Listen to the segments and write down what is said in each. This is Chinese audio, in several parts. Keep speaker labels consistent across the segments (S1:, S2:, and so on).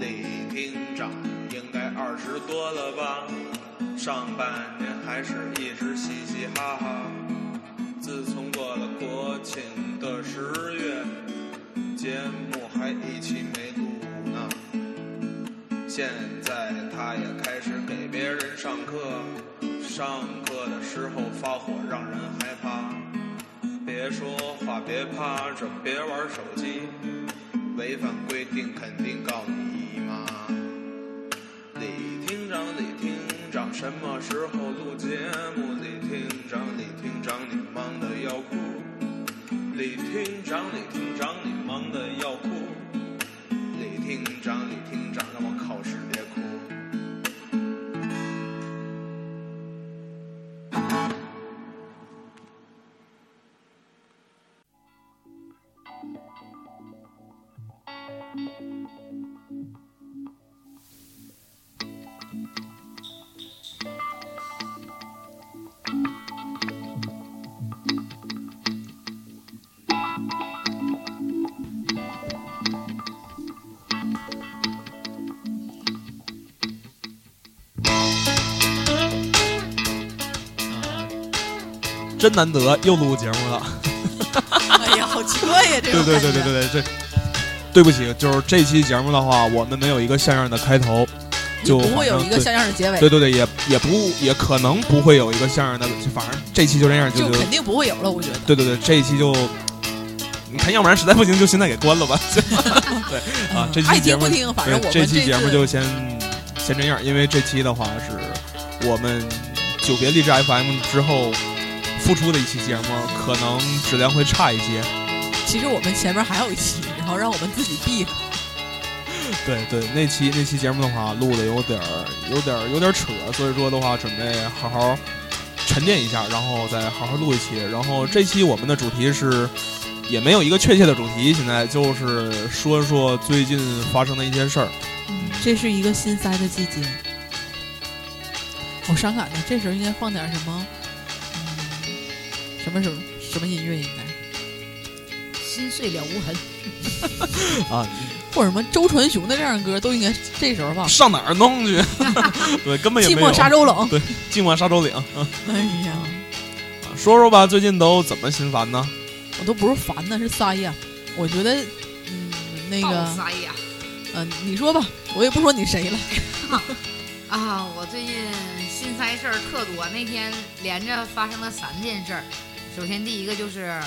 S1: 厅长，应该二十多了吧？上半年还是一直嘻嘻哈哈。自从过了国庆的十月，节目还一期没录呢。现在他也开始给别人上课，上课的时候发火，让人害怕。别说话，别趴着，别玩手机，违反规定肯定告你妈。李厅长，李厅长，什么时候录节目？李厅长，李厅长，你忙的要哭。李厅长，李厅长，你忙的要哭。李厅长，李厅长，让我考试别哭。
S2: 真难得又录节目了。
S3: 哎呀，好奇怪呀，
S2: 对
S3: 这种
S2: 对对对
S3: 感觉
S2: 对对，这对不起，就是这期节目的话，我们没有一个像样的开头，就
S3: 不会有一
S2: 反
S3: 个
S2: 正
S3: 像样的结尾，
S2: 对对对对，也也不也可能不会有一个像样的，反正这期就这样，就
S3: 就
S2: 就
S3: 肯定不会有了，我觉得。
S2: 对对对，这一期就。嗯你看，要不然实在不行就现在给关了 吧。对啊
S3: 嗯，
S2: 这期
S3: 爱
S2: 节
S3: 听
S2: 目
S3: 不听，反正我
S2: 对这
S3: 们
S2: 期
S3: 次
S2: 节目就先先这样，因为这期的话是我们久别励志 FM 之后复出的一期节目，可能质量会差一些。
S3: 其实我们前面还有一期，然后让我们自己避开。
S2: 对对，那期那期节目的话，录的有点儿有点儿有点儿扯，所以说的话，准备好好沉淀一下，然后再好好录一期。然后这期我们的主题是，也没有一个确切的主题，现在就是说说最近发生的一些事儿。
S3: 嗯，这是一个心塞的季节，好伤感的。这时候应该放点什么？嗯，什么什么什么音乐应该？
S4: 心碎了无痕。
S3: 或者什么周传雄的这样的歌都应该这时候放。
S2: 上哪儿弄去？对，根本也
S3: 寂
S2: 没有
S3: 寞沙洲冷。
S2: 寂寞沙洲岭。
S3: 哎呀，
S2: 说说吧，最近都怎么心烦呢？
S3: 我都不是烦的，是塞呀。我觉得，嗯，那
S4: 爆
S3: 个，
S4: 塞呀！
S3: 嗯、你说吧，我也不说你谁了。
S4: 啊，我最近心塞事儿特多，那天连着发生了三件事儿。首先第一个就是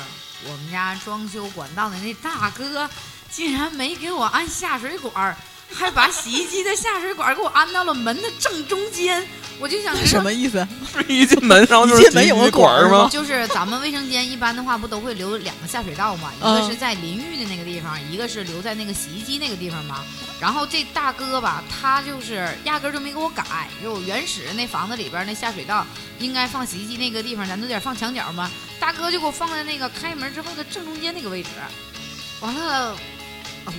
S4: 我们家装修管道的那大哥，竟然没给我安下水管儿，还把洗衣机的下水管儿给我安到了门的正中间。我就 想
S3: 什
S4: 说，
S3: 么意思？
S2: 不是一进门，然后就是
S3: 一进门有个
S2: 洗衣管儿
S3: 管儿吗
S2: 吗？
S4: 就是咱们卫生间一般的话不都会留两个下水道嘛，一
S3: 嗯
S4: 个是在淋浴的那个地方，一个是留在那个洗衣机那个地方嘛。然后这大哥吧，他就是压根儿就没给我改，就我原始那房子里边那下水道应该放洗衣机那个地方，咱都得放墙角嘛。大哥就给我放在那个开门之后的正中间那个位置，完了，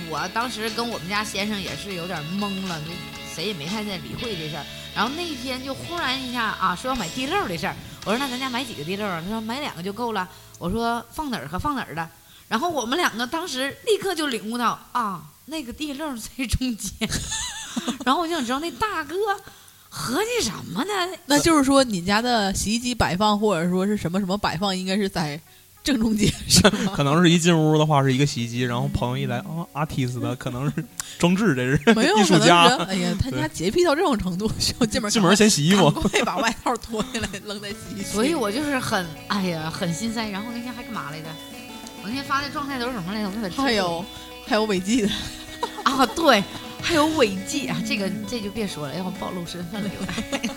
S4: 我当时跟我们家先生也是有点懵了，就谁也没太在理会这事儿。然后那天就忽然一下啊，说要买地漏的事儿，我说那咱家买几个地漏啊？他说买两个就够了。我说放哪儿和放哪儿的。然后我们两个当时立刻就领悟到啊，那个地漏在中间。 然后我就想知道那大哥合计什么呢？
S3: 那就是说，你家的洗衣机摆放或者说是什么什么摆放，应该是在正中间，是 吗？
S2: 可能是一进屋的话是一个洗衣机，然后朋友一来啊、阿 t i s 的可能是装置，这是
S3: 没有，
S2: 艺
S3: 可
S2: 术
S3: 能是
S2: 家
S3: 哎呀，他家洁癖到这种程度，需要进门
S2: 进门先洗衣服。
S3: 赶快把外套脱下来扔在洗衣机。
S4: 所以我就是很哎呀很心塞。然后那天还干嘛来着？我那天发的状态都是什么来着？我有点记不住
S3: 还有还有违纪的，
S4: 啊，对，还有违纪啊，这个这就别说了，要暴露身份了有点。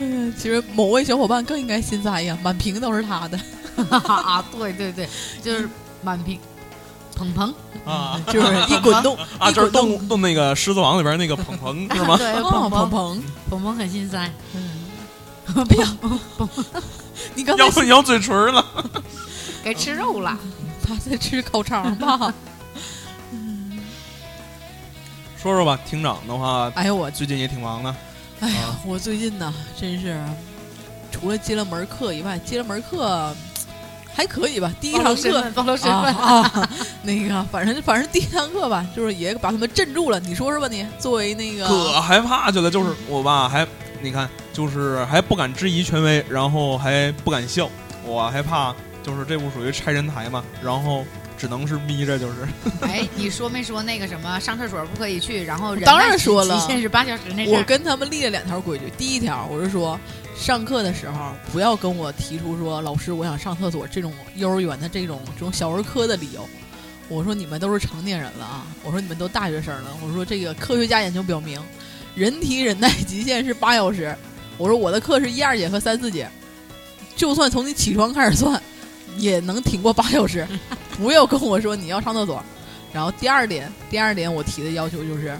S3: 哎呀其实某位小伙伴更应该心塞呀，满屏都是 他的，
S4: 啊， 对对对，就是满屏，鹏鹏
S2: 啊
S3: 就是一滚动
S2: 啊，
S3: 一
S2: 就是动
S3: 滚动
S2: 物动那个《狮子王》里边那个 鹏鹏是吗？
S4: 对，
S3: 啊
S4: 鹏
S3: 鹏
S4: 鹏，
S3: 鹏，
S4: 鹏鹏很心塞。
S3: 哎呀，你刚才
S2: 咬咬嘴唇了。
S4: 该吃肉了，
S3: 他在吃烤肠 吧？
S2: 说说吧，厅长的话，
S3: 哎呦我
S2: 最近也挺忙的。
S3: 哎呀
S2: 啊，
S3: 我最近呢，真是除了接了门课以外，接了门课还还可以吧。第一
S4: 暴露
S3: 堂
S4: 身
S3: 课
S4: 份，暴露身
S3: 哦啊
S4: 份，
S3: 啊， 那个反正反正第一堂课吧，就是也把他们镇住了。你说说吧你，作为那个
S2: 可害怕去了，就是我吧，还你看，就是还不敢质疑权威，然后还不敢笑，我还怕，就是这不属于拆人台嘛，然后只能是眯着，就是
S4: 哎，你说没说那个什么上厕所不可以去？然后人
S3: 当然
S4: 的
S3: 说了
S4: 极限是八小时那事
S3: 我
S4: 儿。
S3: 跟他们立了两条规矩，第一条我是说，上课的时候不要跟我提出说老师我想上厕所这种幼儿园的这种这种小儿科的理由。我说你们都是成年人了啊，我说你们都大学生了，我说这个科学家研究表明，人体忍耐极限是八小时。我说我的课是一二节和三四节，就算从你起床开始算，也能挺过八小时。不要跟我说你要上厕所。然后第二点，第二点我提的要求就是，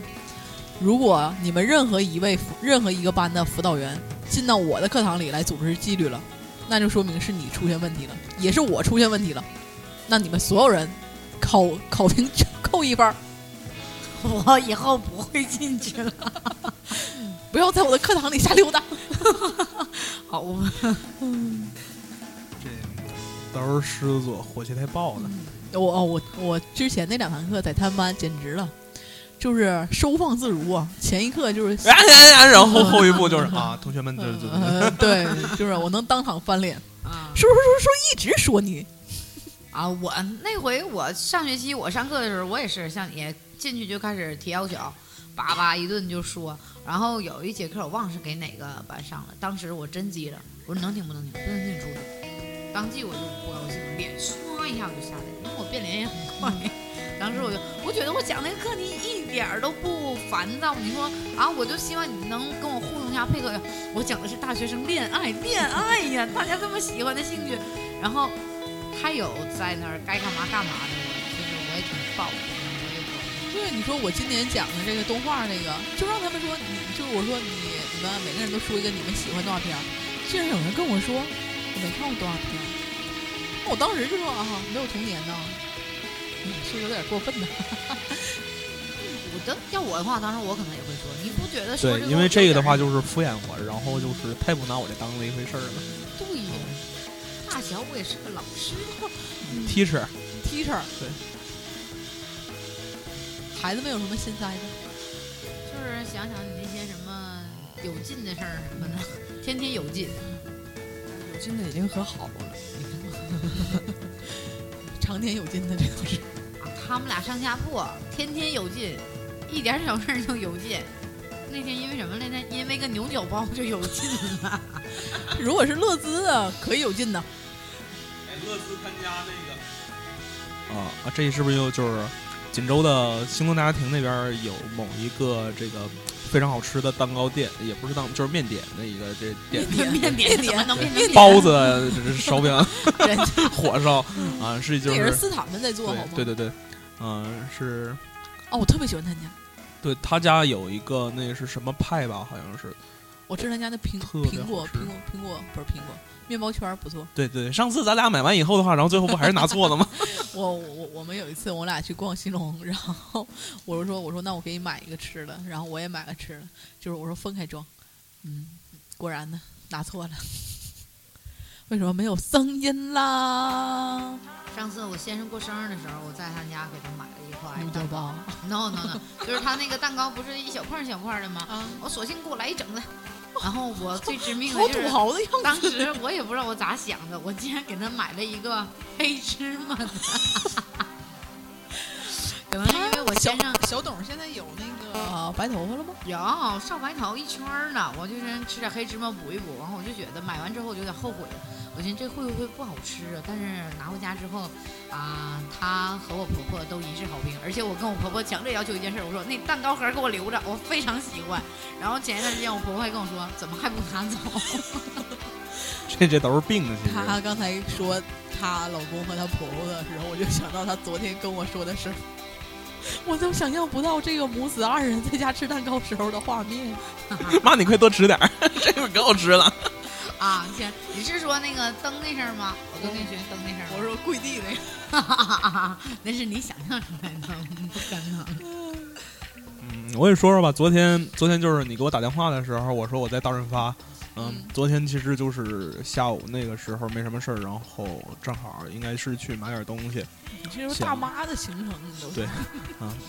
S3: 如果你们任何一位辅任何一个班的辅导员进到我的课堂里来组织纪律了，那就说明是你出现问题了，也是我出现问题了。那你们所有人考考评 扣一分儿，
S4: 我以后不会进去了。
S3: 不要在我的课堂里瞎溜达。
S4: 好，我
S2: 这嗯到时候狮子座火气太爆了。
S3: 我哦我我之前那两堂课在他们班简直了，就是收放自如啊！前一刻就是
S2: 哎哎哎然后后一步就是啊，同学们，这这这
S3: 呃，对，就是我能当场翻脸，
S4: 啊
S3: 叔叔叔叔一直说你，
S4: 啊，我那回我上学期我上课的时候，我也是像你进去就开始提要求，叭叭一顿就说。然后有一节课我忘了是给哪个班上了，当时我真急了，我说能听不能听，不能听你出去。当即我就不高兴了，脸唰一下我就下来了，因为我变脸也很快。 当时我就，我觉得我讲那个课你一点儿都不烦躁，你说啊，我就希望你能跟我互动一下，配合一下。我讲的是大学生恋爱，恋爱呀，大家这么喜欢的兴趣。然后他有在那儿该干嘛干嘛的，我就是我也挺暴的，我也不
S3: 对，你说我今年讲的这个动画那个，就让他们说你，就是我说你你们每个人都说一个你们喜欢动画片儿，竟然有人跟我说我没看过动画片儿，我当时就说啊，没有童年呢，嗯，是不是有点过分呢？
S4: 我的要我的话，当时我可能也会说，你不觉得说
S2: 对，因为这个的话
S4: 就
S2: 就是敷衍我，然后就是太不拿我这当了一回事儿了。
S4: 对呀，大小我也是个老师，
S2: Teacher，
S3: teacher，
S2: 对，
S3: 孩子们有什么心塞的？
S4: 就是想想你那些什么有劲的事儿什么的，天天有劲。
S5: 我真的已经可好了。
S3: 常年有劲的这都是。
S4: 啊，他们俩上下铺，天天有劲，一点小事儿就有劲。那天因为什么来着？因为个牛角包就有劲了。
S3: 如果是乐兹啊，可以有劲的。
S1: 哎，乐兹参加那个。
S2: 啊啊，这是不是又就是锦州的星东大家庭那边儿有某一个这个非常好吃的蛋糕店，也不是蛋，就是面点的一个这店。
S4: 面点怎么能变成
S2: 包子、啊这是烧饼、
S3: 人家
S2: 火烧啊，是就
S3: 那嗯也是
S2: 是
S3: 斯坦们在做，好吗？
S2: 对对对对，嗯，是
S3: 哦，我特别喜欢他家，
S2: 对他家有一个那个是什么派吧，好像是
S3: 我吃他家的苹
S2: 特别
S3: 苹果
S2: 好吃
S3: 苹果苹果不是苹果面包圈儿不错。
S2: 对对。上次咱俩买完以后的话，然后最后不还是拿错了吗？
S3: 我我我们有一次我俩去逛西龙，然后我就说我说那我给你买一个吃的，然后我也买了吃的，就是我说分开装，嗯，果然呢拿错了，为什么没有声音啦？
S4: 上次我先生过生日的时候，我在他家给他买了一块
S3: 牛角
S4: 蛋糕。
S3: 包
S4: No no no，就是他那个蛋糕不是一小块儿一小块儿的吗？
S3: 啊，
S4: 我索性给我来一整的。然后我最致命的
S3: 好
S4: 就
S3: 土
S4: 是，
S3: 豪的样子，
S4: 当时我也不知道我咋想的，我竟然给他买了一个黑芝麻 的。可能是因为我
S3: 小
S4: 先生
S3: 小董现在有那个、白头发了吗？
S4: 有少白头一圈儿呢，我就是吃点黑芝麻补一补，然后我就觉得嗯买完之后我就有点后悔了，我寻思这会不会不好吃啊？但是拿回家之后，啊、她和我婆婆都一致好评，而且我跟我婆婆强烈要求一件事儿，我说那蛋糕盒给我留着，我非常喜欢。然后前一段时间我婆婆还跟我说，怎么还不拿走？
S2: 这这都是病啊的，其实。
S3: 她刚才说她老公和她婆婆的时候，我就想到她昨天跟我说的事儿，我都想象不到这个母子二人在家吃蛋糕时候的画面。
S2: 妈，你快多吃点儿， 这会儿给我吃了。
S4: 啊，天，你是说那个灯那事儿吗？我跟那学灯那事儿吗
S3: 我说跪地那个，
S4: 那是你想象出来的，嗯不可能。
S2: 嗯，我也说说吧，昨天昨天就是你给我打电话的时候，我说我在大润发，嗯
S3: 嗯，
S2: 昨天其实就是下午那个时候没什么事儿，然后正好应该是去买点东西，
S3: 你这是大妈的行程，你都
S2: 对啊，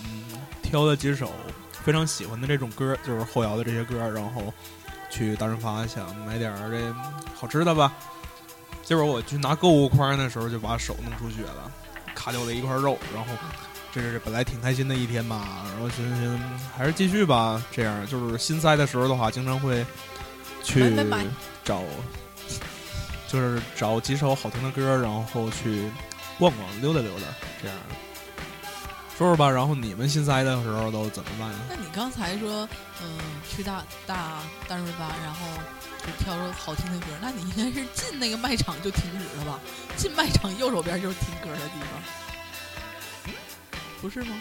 S2: 嗯，挑了几首非常喜欢的这种歌，就是后摇的这些歌，然后去大润发想买点儿这好吃的吧。结果我去拿购物筐的时候，就把手弄出血了，卡掉了一块肉。然后这是本来挺开心的一天吧，然后寻思寻思还是继续吧。这样就是心塞的时候的话，经常会去嗯
S3: 买买买
S2: 找，就是找几首好听的歌，然后去逛逛、溜达溜达，这样。说说吧，然后你们心塞的时候都怎么办呀？
S3: 那你刚才说，嗯、去大大大润发，然后就挑着好听的歌，那你应该是进那个卖场就停止了吧？进卖场右手边就是听歌的地方，不是吗？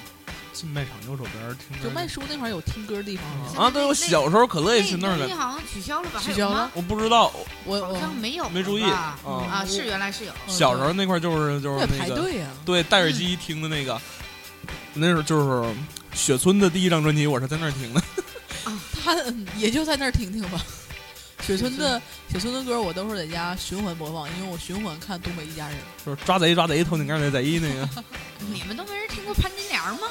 S2: 进卖场右手边听
S3: 就卖书那块儿有听歌的地方吗？
S2: 啊，对我小时候可乐意去那儿
S4: 那
S2: 了
S4: 那，好像取消了吧？
S3: 取消了
S2: 我不知道，
S3: 我
S4: 还有吗，好像
S3: 我
S4: 没有了吧，
S2: 没注意
S4: 啊
S2: 嗯
S4: 是原来是有，
S2: 小时候那块儿就是就
S3: 得
S2: 是
S3: 排
S2: 那个
S3: 队啊呀、
S2: 对戴
S4: 嗯
S2: 耳机听的那个，那时候就是雪村的第一张专辑，我是在那儿听的。
S3: 他嗯也就在那儿听听吧。雪村的雪村的歌我都是在家循环播放，因为我循环看《东北一家人》。
S2: 就是抓贼抓贼，偷井盖贼贼那个，
S4: 你们都没人听过潘金莲吗？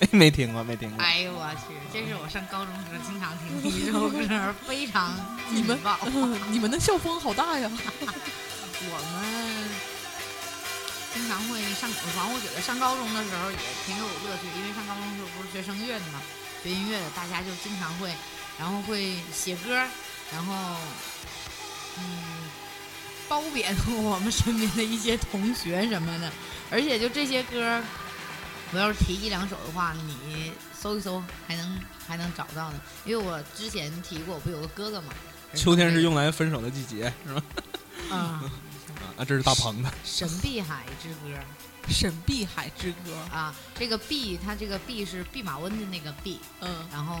S2: 哎，没听过，没听过。
S4: 哎呦我去，这是我上高中时候经常听的一首歌，非常
S3: 你们
S4: 劲爆。
S3: 嗯你们的校风好大 呀！
S4: 我们经常会上，反正我觉得上高中的时候也挺有乐趣，因为上高中的时候不是学声乐的嘛，学音乐的，大家就经常会，然后会写歌，然后嗯，褒贬我们身边的一些同学什么的，而且就这些歌，我要是提一两首的话，你搜一搜还能还能找到呢，因为我之前提过，我不有个哥哥嘛，
S2: 秋天是用来分手的季节，是吧？
S4: 啊。
S2: 啊，这是大鹏的，
S4: 神碧海之歌，
S3: 沈碧海之歌，
S4: 啊，这个弼，它这个弼是弼马温的那个弼，
S3: 嗯，
S4: 然后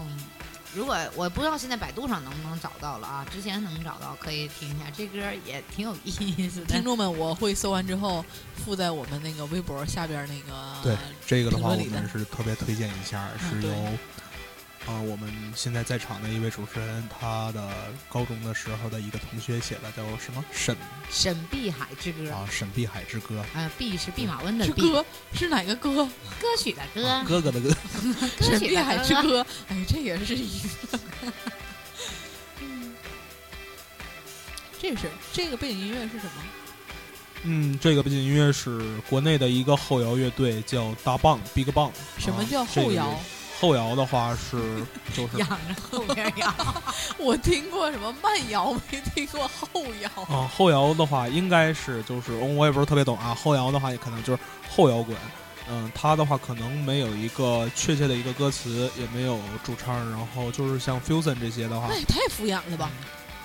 S4: 如果我不知道现在百度上能不能找到了啊，之前能找到可以听一下，这歌也挺有意思的
S3: 听。众们，我会搜完之后附在我们那个微博下边那啊个
S2: 对这个的话，我
S3: 评论
S2: 们
S3: 里
S2: 是特别推荐一下，是
S3: 对
S2: 由啊、我们现在在场的一位主持人，他的高中的时候的一个同学写的，叫什么沈
S4: 沈碧海之歌，
S2: 啊沈碧海之歌，
S4: 呃，弼是弼马温的
S3: 是
S4: 弼，
S3: 歌是哪个歌？
S4: 歌曲的歌，
S2: 啊、哥哥的歌，
S4: 歌
S3: 沈
S4: 曲
S3: 碧
S4: 的
S3: 海之
S4: 歌。
S3: 歌，哎，这也是一个， 嗯这是这个背景音乐是什么？
S2: 嗯，这个背景音乐是国内的一个后摇乐队，叫大棒 Big Bang。
S3: 什么
S2: 啊
S3: 叫
S2: 这
S3: 后
S2: 个
S3: 摇？
S2: 后摇的话是就是
S4: 仰着后边仰，
S3: 我听过什么慢摇，没听过后 摇。
S2: 啊，后摇的话应该是就是、嗯我也不是特别懂啊，后摇的话也可能就是后摇滚，嗯，它的话可能没有一个确切的一个歌词，也没有主唱，然后就是像 fusion 这些的话
S3: 那，也哎太敷衍了吧！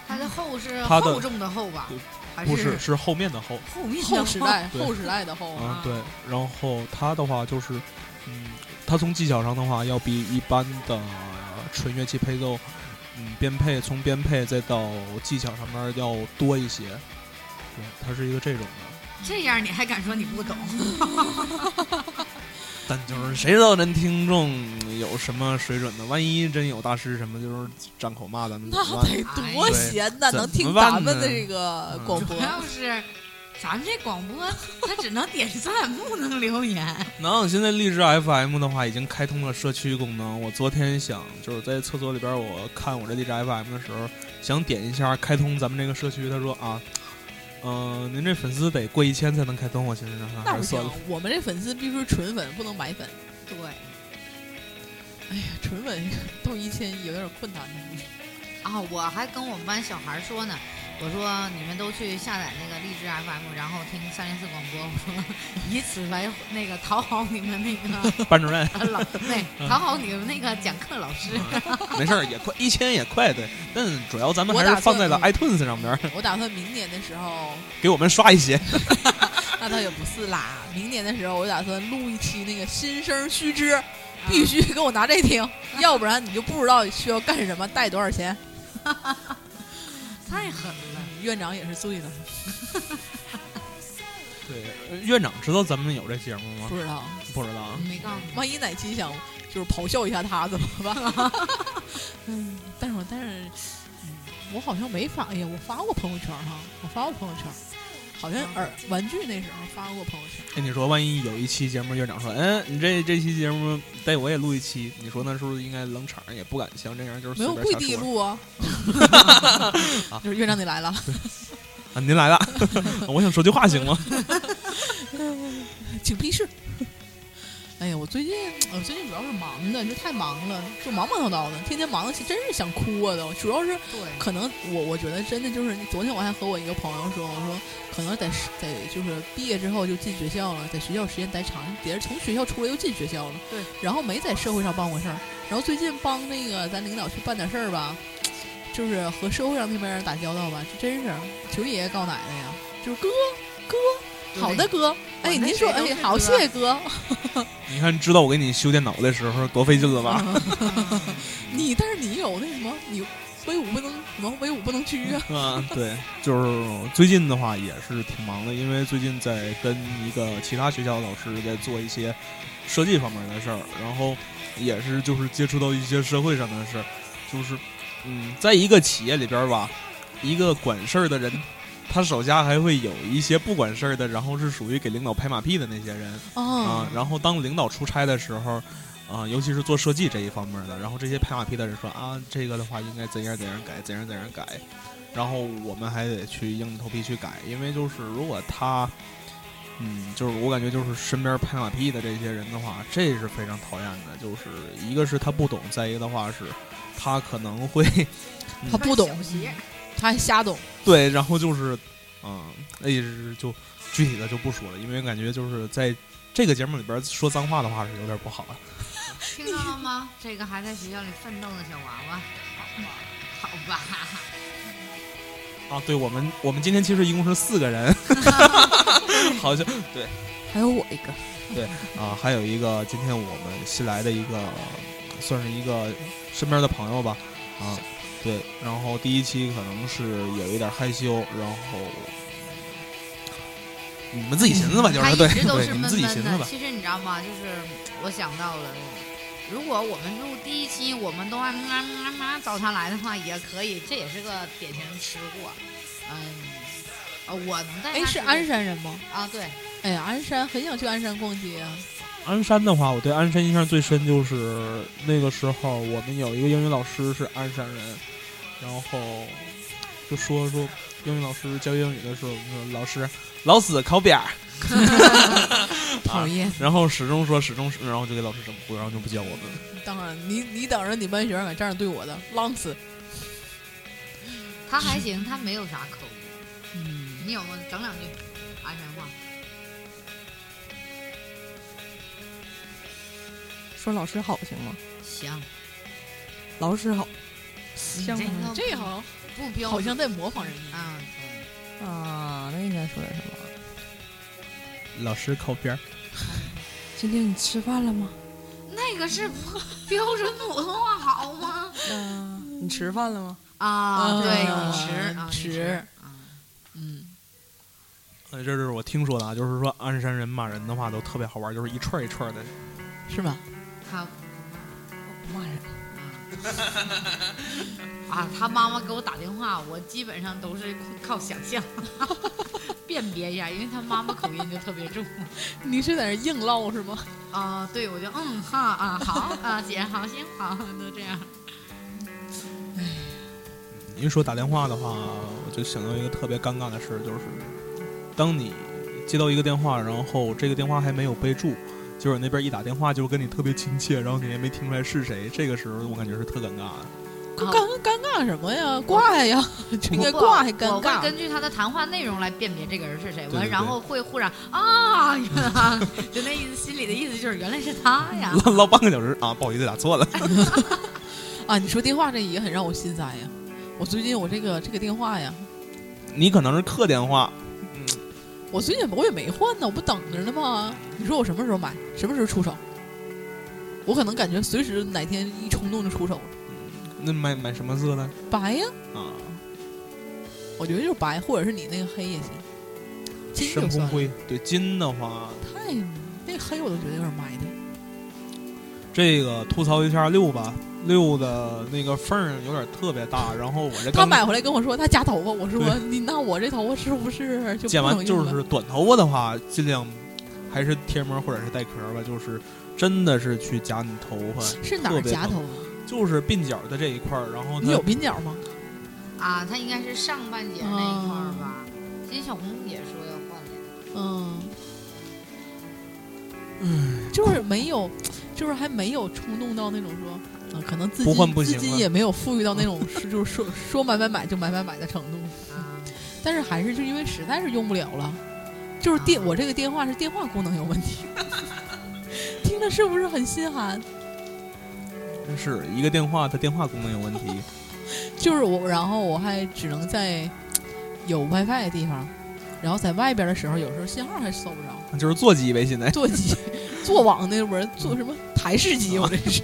S4: 它的后是
S2: 它的
S4: 厚重的厚吧
S2: 对？
S4: 还
S2: 不
S4: 是
S2: 是是后面的后，
S4: 后面的
S3: 后时代，
S2: 对
S3: 后时代的后啊，
S2: 嗯对，然后它的话就是，嗯，它从技巧上的话要比一般的纯乐器配奏，嗯，编配从编配再到技巧上面要多一些，对，它是一个这种的。
S4: 这样，你还敢说你不懂？
S2: 但就是谁知道咱听众有什么水准呢？万一真有大师什么，就是张口骂咱们怎
S3: 那
S2: 么办？
S3: 得多闲呐，
S2: 对
S3: 能
S2: 怎
S3: 听
S2: 么办
S3: 咱们
S2: 呢
S3: 的这个
S2: 嗯
S3: 广播
S4: 主。要是咱们这广播，它只能点赞，不能留言。
S2: 能，现在荔枝 FM 的话已经开通了社区功能。我昨天想就是在厕所里边，我看我这荔枝 FM 的时候，想点一下开通咱们这个社区。他说啊，嗯、您这粉丝得过一千才能开通。我寻思着
S3: 那
S2: 还
S3: 不
S2: 是
S3: 行
S2: 算了，，
S3: 我们这粉丝必须是纯粉，不能买粉。
S4: 对，
S3: 哎呀，纯粉到一千有点困难呢。
S4: 啊，我还跟我们班小孩说呢，我说你们都去下载那个荔枝 FM，然后听三零四广播，我说以此为那个讨好你们那 个
S2: 班主任
S4: 老，对，讨好你们那个讲课老
S3: 嗯
S4: 师。
S2: 没事儿，也快一千也快对。但主要咱们
S3: 我
S2: 还是
S3: 打
S2: 放在了
S3: 算嗯
S2: iTunes 上边儿，
S3: 我打算明年的时候，
S2: 给我们刷一些。
S3: 那倒也不是啦，明年的时候我打算录一期那个新生须知，
S4: 嗯
S3: 必须给我拿这听，要不然你就不知道需要干什么，带多少钱。
S4: 太狠了，
S3: 院长也是醉了，
S2: 对，院长知道咱们有这节目吗
S3: 不？知道。
S2: 不知道啊。
S4: 没告诉你。
S3: 万一哪期想 就是咆哮一下他怎么办？嗯，但是我但是，嗯我好像没发，哎呀，我发过朋友圈哈，我发过朋友圈，好像耳玩具那时候发过朋友圈。
S2: 哎，你说万一有一期节目院长说，嗯，你这这期节目得我也录一期，你说那是不是应该冷场？也不敢像这样就是
S3: 没
S2: 随
S3: 有
S2: 便
S3: 跪
S2: 瞎
S3: 地
S2: 说
S3: 录 啊，就是院长你来了，
S2: 啊？您来了， 我想说句话行 吗？
S3: 请屁事。 哎呀，我最近我最近主要是忙的，就太忙了，就忙忙叨叨的，天天忙的真是想哭啊都。主要是
S4: 对，
S3: 可能我我觉得真的就是，昨天我还和我一个朋友说，我说可能得是得就是毕业之后就进学校了，在学校时间待长，也是从学校出来又进学校了，
S4: 对，
S3: 然后没在社会上帮过事儿，然后最近帮那个咱领导去办点事儿吧，就是和社会上那边人打交道吧，这真是求爷爷告奶奶呀，就是哥哥，好的哥，
S4: 对
S3: 哎
S4: 管他
S3: 您说
S4: 谁都
S3: 哎
S4: 是
S3: 好
S4: 哥
S3: 谢谢哥，
S2: 你看，知道我给你修电脑的时候多费劲了吧？
S4: 嗯
S3: 你但是你有那什么你。威武不能什么？威武不能屈啊！
S2: 啊， 对，就是最近的话也是挺忙的，因为最近在跟一个其他学校的老师在做一些设计方面的事儿，然后也是就是接触到一些社会上的事儿，就是嗯，在一个企业里边儿吧，一个管事儿的人。他手下还会有一些不管事儿的，然后是属于给领导拍马屁的那些人
S4: 嗯
S2: 啊、
S3: 啊
S2: 然后当领导出差的时候，啊、尤其是做设计这一方面的，然后这些拍马屁的人说啊，这个的话应该怎样怎样改，怎样怎样改，然后我们还得去硬着头皮去改，因为就是如果他，嗯，就是我感觉就是身边拍马屁的这些人的话，这是非常讨厌的，就是一个是他不懂，再一个的话是，他可能会
S3: 他不懂嗯
S4: 小鞋，
S3: 他还瞎懂。
S2: 对，然后就是，嗯，那也是就具体的就不说了，因为感觉就是在这个节目里边说脏话的话是有点不好的。
S4: 听到了吗？这个还在学校里奋斗的小娃娃，好吧，
S2: 啊，对我们，我们今天其实一共是四个 人， 好像对
S5: 还有我一个，
S2: 啊，还有一个今天我们新来的一个，算是一个身边的朋友吧，啊，对，然后第一期可能是有一点害羞，然后你们自己寻思吧，就
S4: 嗯他
S2: 是
S4: 一
S2: 对
S4: 直都
S2: 对，
S4: 是
S2: 你们
S4: 闷
S2: 自己
S4: 闷
S2: 寻思
S4: 的。
S2: 吧，
S4: 其实你知道吗？就是我想到了，如果我们录第一期，我们都按啊啊啊早上来的话，也可以，这也是个典型吃货。嗯，呃我能在
S3: 哎，
S4: 那
S3: 是
S4: 吃
S3: 鞍山人吗？
S4: 啊，对，
S3: 哎呀，鞍山很想去鞍山逛街啊！
S2: 鞍山的话，我对鞍山印象最深就是那个时候，我们有一个英语老师是鞍山人，然后就说说英语老师教英语的时候，我们说老师老死考扁儿，
S5: 啊
S3: 讨厌，
S2: 然后始终说始终，然后就给老师整哭，然后就不教我们。
S3: 当然，你你等着你班学生敢这样对我的，浪死！
S4: 他还行，他没有啥口音。
S3: 嗯，
S4: 你有吗？整两句鞍山话。
S5: 说老师好行吗？
S4: 行，
S5: 老师好，像吗？
S3: 这嗯好
S4: 不
S3: 像
S4: 标
S3: 好
S4: 准
S3: 像在模仿人家。
S4: 啊，
S5: 啊，那应该说点什么？
S2: 老师靠边儿，
S5: 今天你吃饭了吗？
S4: 对那个是标准普通话好吗？
S5: 那你吃饭了吗？
S4: 啊，对，
S3: 啊
S4: 泳池，啊
S3: 池
S4: 泳池啊，
S3: 嗯，
S2: 呃，这是我听说的啊，就是说鞍山人骂人的话都特别好玩，就是一串儿一串儿的。
S3: 是吧？
S4: 他
S5: 骂人，
S4: 啊，他妈妈给我打电话，我基本上都是靠想 象辨别一下，因为他妈妈口音就特别重
S3: 你是在这硬唠是吗？
S4: 啊。对，我就嗯哈啊好啊姐好行好都这样。
S2: 一说打电话的话，我就想到一个特别尴尬的事儿，就是当你接到一个电话，然后这个电话还没有备注，结果那边一打电话就跟你特别亲切，然后你也没听出来是谁，这个时候我感觉是特尴尬的。
S3: 尴
S4: 啊
S3: 尴尬什么呀？挂呀，就应该挂还尴
S4: 我会
S3: 尬。
S4: 根据他的谈话内容来辨别这个人是谁，
S2: 对对
S4: 完然后会忽然啊， 原来就那意思，心里的意思就是原来是他呀。
S2: 唠唠半个小时啊，不好意思，打错了。
S3: 啊，你说电话这也很让我心塞呀。我最近我这个这个电话呀，
S2: 你可能是客电话，
S3: 我最近我也没换呢，我不等着呢吗？
S2: 嗯
S3: 你说我什么时候买，什么时候出手？我可能感觉随时哪天一冲动就出手了。
S2: 那买买什么色的
S3: 白呀，
S2: 啊？
S3: 我觉得就是白，或者是你那个黑也行，金
S2: 深
S3: 就
S2: 红
S3: 算了。
S2: 灰。对金的话，
S3: 太那个黑我都觉得有点埋汰。
S2: 这个吐槽一下六吧，溜的那个缝儿有点特别大，然后我这
S3: 他
S2: 刚
S3: 买回来跟我说他夹头发，我说
S2: 对
S3: 你那我这头发是不是就
S2: 剪
S3: 不
S2: 完
S3: 能用
S2: 就
S3: 了
S2: 是短头发的话，尽量还是贴膜或者是带壳吧，就是真的是去夹你头发，
S3: 是哪
S2: 特
S3: 儿
S2: 别
S3: 夹
S2: 疼
S3: 头发？
S2: 就是鬓角的这一块儿，然后它
S3: 你有鬓角吗？
S4: 啊，他应该是上半截那一块儿吧。今天小红也说要换脸，
S3: 嗯，就是没有，就是还没有冲动到那种说，啊，可能自己
S2: 不换不行
S3: 自己
S2: 了
S3: 也没有富裕到那种是就是说说买买买就买买买的程度，
S4: 啊，
S3: 但是还是就因为实在是用不了了，就是
S2: 啊
S3: 电我这个电话是电话功能有问题， 听着是不是很心寒？
S2: 真是一个电话，它电话功能有问题。
S3: 就是我，然后我还只能在有 WiFi 的地方，然后在外边的时候，有时候信号还搜不 着。
S2: 就是座机呗，现在
S3: 座机、做网那不是做
S2: 嗯
S3: 什么台式机，我这是。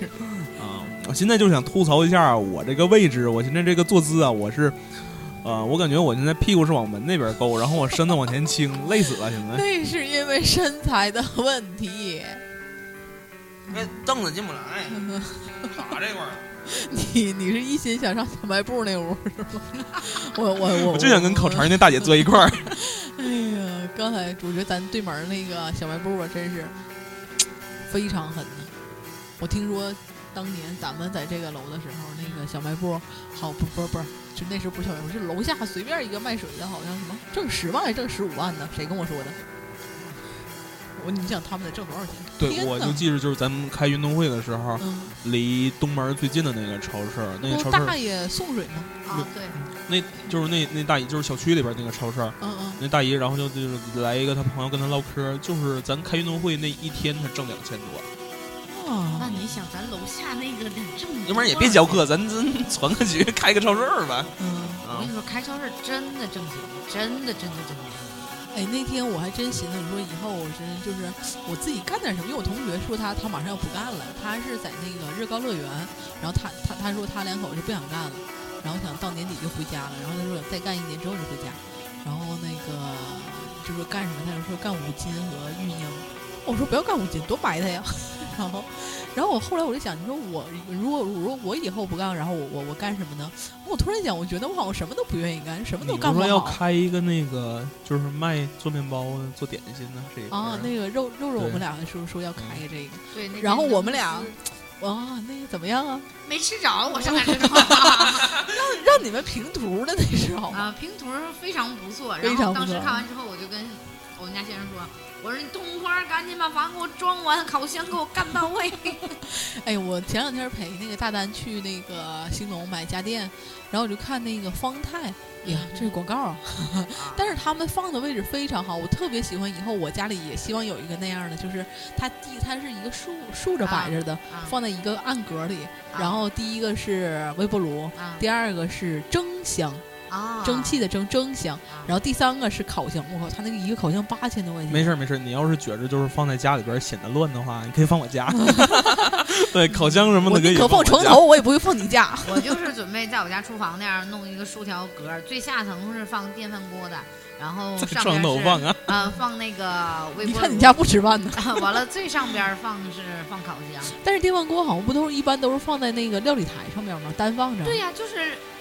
S2: 啊，我现在就想吐槽一下我这个位置，我现在这个坐姿啊，我是，呃，我感觉我现在屁股是往门那边勾，然后我身子往前倾，累死了， 现在。
S3: 那是因为身材的问题，
S1: 那凳子进不来，卡哎这块儿。啊
S3: 你你是一心想上小卖部那屋是吗？ 我我我
S2: 我就想跟烤肠。那大姐坐一 块儿。
S3: 哎呀，刚才主角咱对门那个小卖部啊，真是非常狠呐！我听说当年咱们在这个楼的时候，那个小卖部好不不不，就那时候不是小卖部，就楼下随便一个卖水的，好像什么挣十万还挣十五万呢，谁跟我说的？我你想他们得挣多少钱？
S2: 对，
S3: 天
S2: 我
S3: 呐
S2: 就记着就是咱们开运动会的时候，
S3: 嗯，
S2: 离东门最近的那个超市，那个
S3: 都
S2: 超
S3: 大
S2: 市，
S3: 爷送水吗？
S4: 啊，对，
S2: 那就是那那大姨，就是小区里边那个超市，
S3: 嗯嗯，
S2: 那大姨，然后就就是来一个她朋友跟她唠嗑，就是咱开运动会那一天，她挣两千多。
S4: 那
S3: 啊，
S4: 你想咱楼下那个得挣，
S2: 要不然也别
S4: 啊
S2: 教。课，咱咱攒个局，开个超市儿吧。
S3: 嗯，
S4: 我
S2: 啊
S4: 跟你说，开超市真的挣钱，真的真的挣钱。
S3: 哎，那天我还真寻思，我说以后我真就是我自己干点什么。因为我同学说他他马上要不干了，他是在那个日高乐园，然后他他他说他两口就不想干了，然后想到年底就回家了，然后他说再干一年之后就回家，然后那个就说干什么，他就说干五金和运营。我说不要干五金，多埋汰呀。 然后，然后我后来我就想，你说我如果如果我以后不干，然后我我我干什么呢？我突然想，我觉得我好像什么都不愿意干，什么都
S2: 你
S3: 干
S2: 不
S3: 好。
S2: 是要开一个那个，就是卖做面包的、做点心的这一块儿
S3: 啊，那个肉肉肉，我们
S2: 对
S3: 俩说说要开这个，
S4: 对，那
S3: 然后
S4: 边
S3: 我们俩
S4: 公司
S3: 哇，那个怎么样啊？
S4: 没吃着，我 上哪知道？
S3: 让你们评图的那时候，
S4: 啊，平图非常不错。
S3: 非
S4: 然
S3: 常
S4: 后
S3: 不
S4: 当时
S3: 错
S4: 看完之后，我就跟我们家先生说：“我说你冬瓜赶紧把房给我装完，烤箱给我干到位。
S3: 哎，我前两天陪那个大丹去那个兴隆买家电，然后我就看那个方太，呀，这是广告啊！
S4: 啊
S3: 但是他们放的位置非常好，我特别喜欢。以后我家里也希望有一个那样的，就是它地它是一个竖竖着摆着的，
S4: 啊
S3: 放在一个暗格里。
S4: 啊
S3: 然后第一个是微波炉，
S4: 啊
S3: 第二个是蒸箱，
S4: 啊，
S3: 蒸汽的蒸蒸箱。
S4: 啊，
S3: 然后第三个是烤箱，我靠，他那个一个烤箱八千多块钱，
S2: 没事儿没事儿，你要是觉着就是放在家里边儿显得乱的话，你可以放我家。 对，烤箱什么
S3: 我
S2: 的
S3: 宁
S2: 以
S3: 可放
S2: 放
S3: 床
S2: 我家。
S3: 头，我也不会放你家。
S4: 我就是准备在我家厨房那样弄一个竖条格，最下层是放电饭锅的，然后上
S2: 床
S4: 边
S2: 头
S4: 是
S2: 放啊，
S4: 啊放那个微波炉。
S3: 你看你家不吃饭呢？
S4: 啊， 完了最上边放是放烤箱。
S3: 但是电饭锅好像不都是一般都是放在那个料理台上面吗？单放着。
S4: 对呀、就是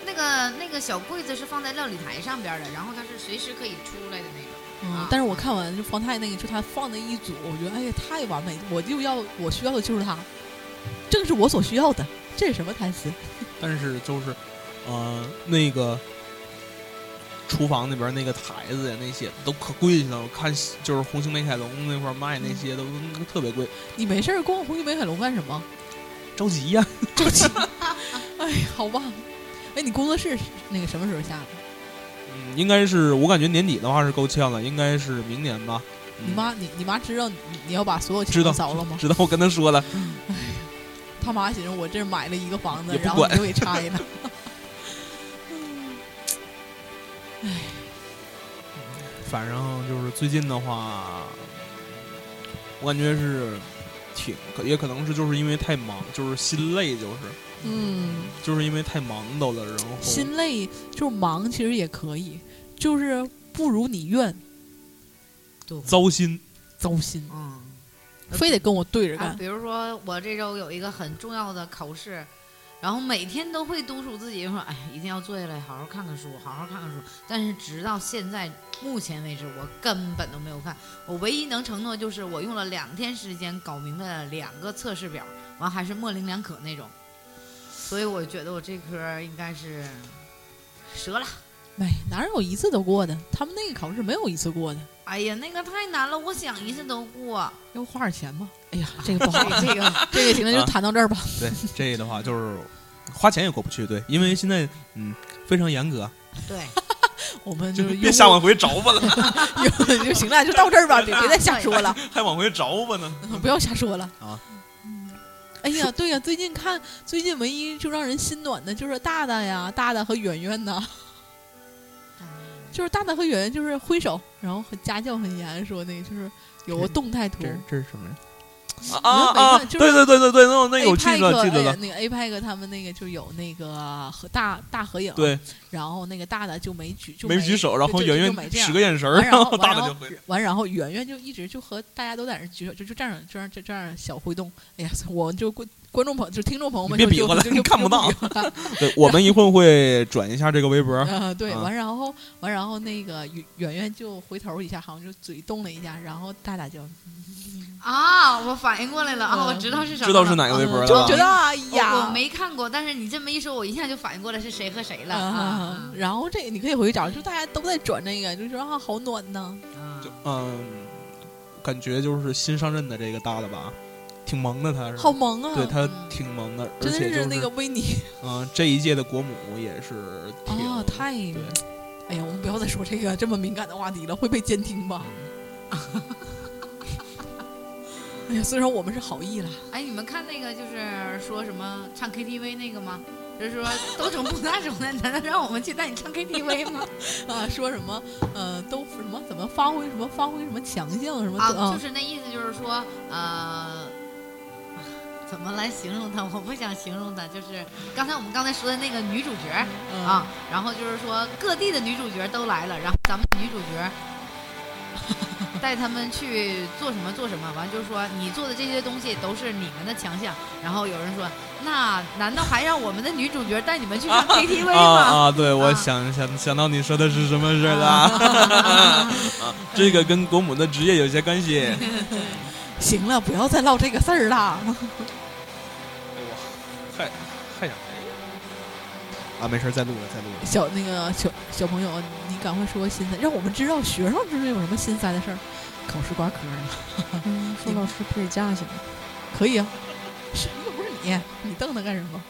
S4: 那个那个小柜子是放在料理台上边的，然后它是随时可以出来的那种。
S3: 嗯，但是我看完就方太那个，就他放那一组，我觉得哎呀太完美，我就要我需要的就是它，正是我所需要的。这是什么台词？
S2: 但是就是，呃，那个厨房那边儿那个台子呀，那些都可贵了。我看就是红星美凯龙那块儿卖那些都都特别贵，
S3: 你没事儿逛红星美凯龙干什么？
S2: 着急呀。
S3: 着急。哎呀，好吧。哎，你工作室是那个什么时候下的？
S2: 嗯，应该是我感觉年底的话是够呛了，应该是明年 吧。嗯
S3: 你妈，你你妈知道你你要把所有钱
S2: 知道
S3: 都扫了吗？
S2: 知道我跟他说了，
S3: 他妈寻思我这买了一个房子
S2: 也，不
S3: 然后
S2: 管
S3: 你就给拆 了。
S2: 反正就是最近的话，我感觉是挺，可也可能是就是因为太忙，就是心累，就是
S3: 嗯，
S2: 就是因为太忙叨了，然后
S3: 心累就是忙，其实也可以，就是不如你愿，
S4: 对，
S2: 糟心。
S3: 糟心，
S4: 嗯。
S3: 非得跟我对着
S4: 啊
S3: 干，。
S4: 比如说我这周有一个很重要的考试，然后每天都会督促自己说，哎，一定要坐下来好好看看书，好好看看书。但是直到现在目前为止，我根本都没有看。我唯一能承诺就是，我用了两天时间搞明白了两个测试表，完还是模棱两可那种。所以我觉得我这科应该是折了。
S3: 哎，哪有一次都过的？他们那个考试没有一次过的，
S4: 哎呀，那个太难了，我想一次都 过。
S3: 要花点钱吧？哎呀， 这个不好，
S4: 这个
S3: 这个行了，就
S2: 啊
S3: 谈到这儿吧。
S2: 对，这的话就是花钱也过不去，对，因为现在嗯非常严格，
S4: 对，
S3: 我们
S2: 就
S3: 就是
S2: 别瞎往回找 吧了，
S3: 用 就行了，就到这儿吧，别别再瞎说了，
S2: 还往回找吧呢。
S3: 不要瞎说了
S2: 啊。
S3: 哎呀，对呀，最近看最近唯一就让人心暖的就是大大呀，大大和圆圆呐， 就是大大和圆圆就是挥手，然后很家教很严，说那个就是有个
S2: 这
S3: 动态图
S2: 这，这是什么呀？
S3: 啊啊啊
S2: 对对对对对，那那
S3: A
S2: 我记
S3: 派克
S2: 得记得了，
S3: 那个哎 A 派克他们那个就有那个和大大合影，，
S2: 对，
S3: 然后那个大大就没哦举就
S2: 没举手，然后
S3: 就
S2: 圆
S3: 就没
S2: 圆
S3: 这样
S2: 使个眼神儿，
S3: 完然 后
S2: 大大
S3: 完
S2: 就
S3: 然后
S2: 回。
S3: 完然后圆圆就一直就和大家都在那儿举手，就就这样这样这这样小挥动，哎呀，我就观观众朋友就是听众朋友们
S2: 你
S3: 就
S2: 别比划了
S3: 就就就
S2: 看不到
S3: 就比 划了
S2: 对，我们一会儿会转一下这个微 博，
S3: 啊，对，
S2: 啊
S3: 完然后完然后那个圆圆圆就回头一下，好像就嘴动了一下，然后大大就
S4: 啊，我反应过来了啊，
S3: 嗯
S4: 我知道是什么了，
S2: 知道是哪个微博
S3: 嗯
S2: 了啊
S3: 就
S2: 吧
S3: 觉得哎
S4: 我哦我
S3: 呀。
S4: 没看过，但是你这么一说，我一下就反应过来是谁和谁了
S3: 啊
S4: 啊，。
S3: 然后这个你可以回去找，就大家都在转那个，就觉得啊好暖呢。
S4: 啊
S2: 就嗯，感觉就是新上任的这个大的吧，挺萌的他是，
S3: 好萌啊！
S2: 对他
S4: 嗯
S2: 挺萌的，而
S3: 真
S2: 且就是
S3: 那个维尼
S2: 嗯这一届的国母也是挺
S3: 啊，太
S2: 对，
S3: 哎呀，我们不要再说这个这么敏感的话题了，会被监听 吧？哎呀，虽然我们是好意了，
S4: 哎，你们看那个就是说什么唱 KTV 那个吗？就是说都整不那种的，难道让我们去带你唱 KTV 吗？
S3: 啊，说什么呃，都什么怎么发挥什么发挥什么强项什么的
S4: 啊，就，是那意思，就是说呃。怎么来形容她？我不想形容她，就是刚才我们刚才说的那个女主角，
S3: 嗯
S4: 啊，，然后就是说各地的女主角都来了，然后咱们女主角带他们去做什么做什么，完就是说你做的这些东西都是你们的强项。然后有人说，那难道还让我们的女主角带你们去唱 KTV
S2: 啊
S4: 吗？
S2: 啊，对，我
S4: 啊
S2: 想想想到你说的是什么事儿了， 啊，这个跟国母的职业有些关系。
S3: 行了，不要再唠这个事儿了。
S2: 嗨嗨想啊，没事儿，再录了，再录了。
S3: 小那个小小朋友，你赶快说心塞，让我们知道学生之间有什么心塞的事儿。考试挂科了，
S5: 嗯说老师不给架起来，
S3: 可以啊， 是又不是你，你瞪他干什么？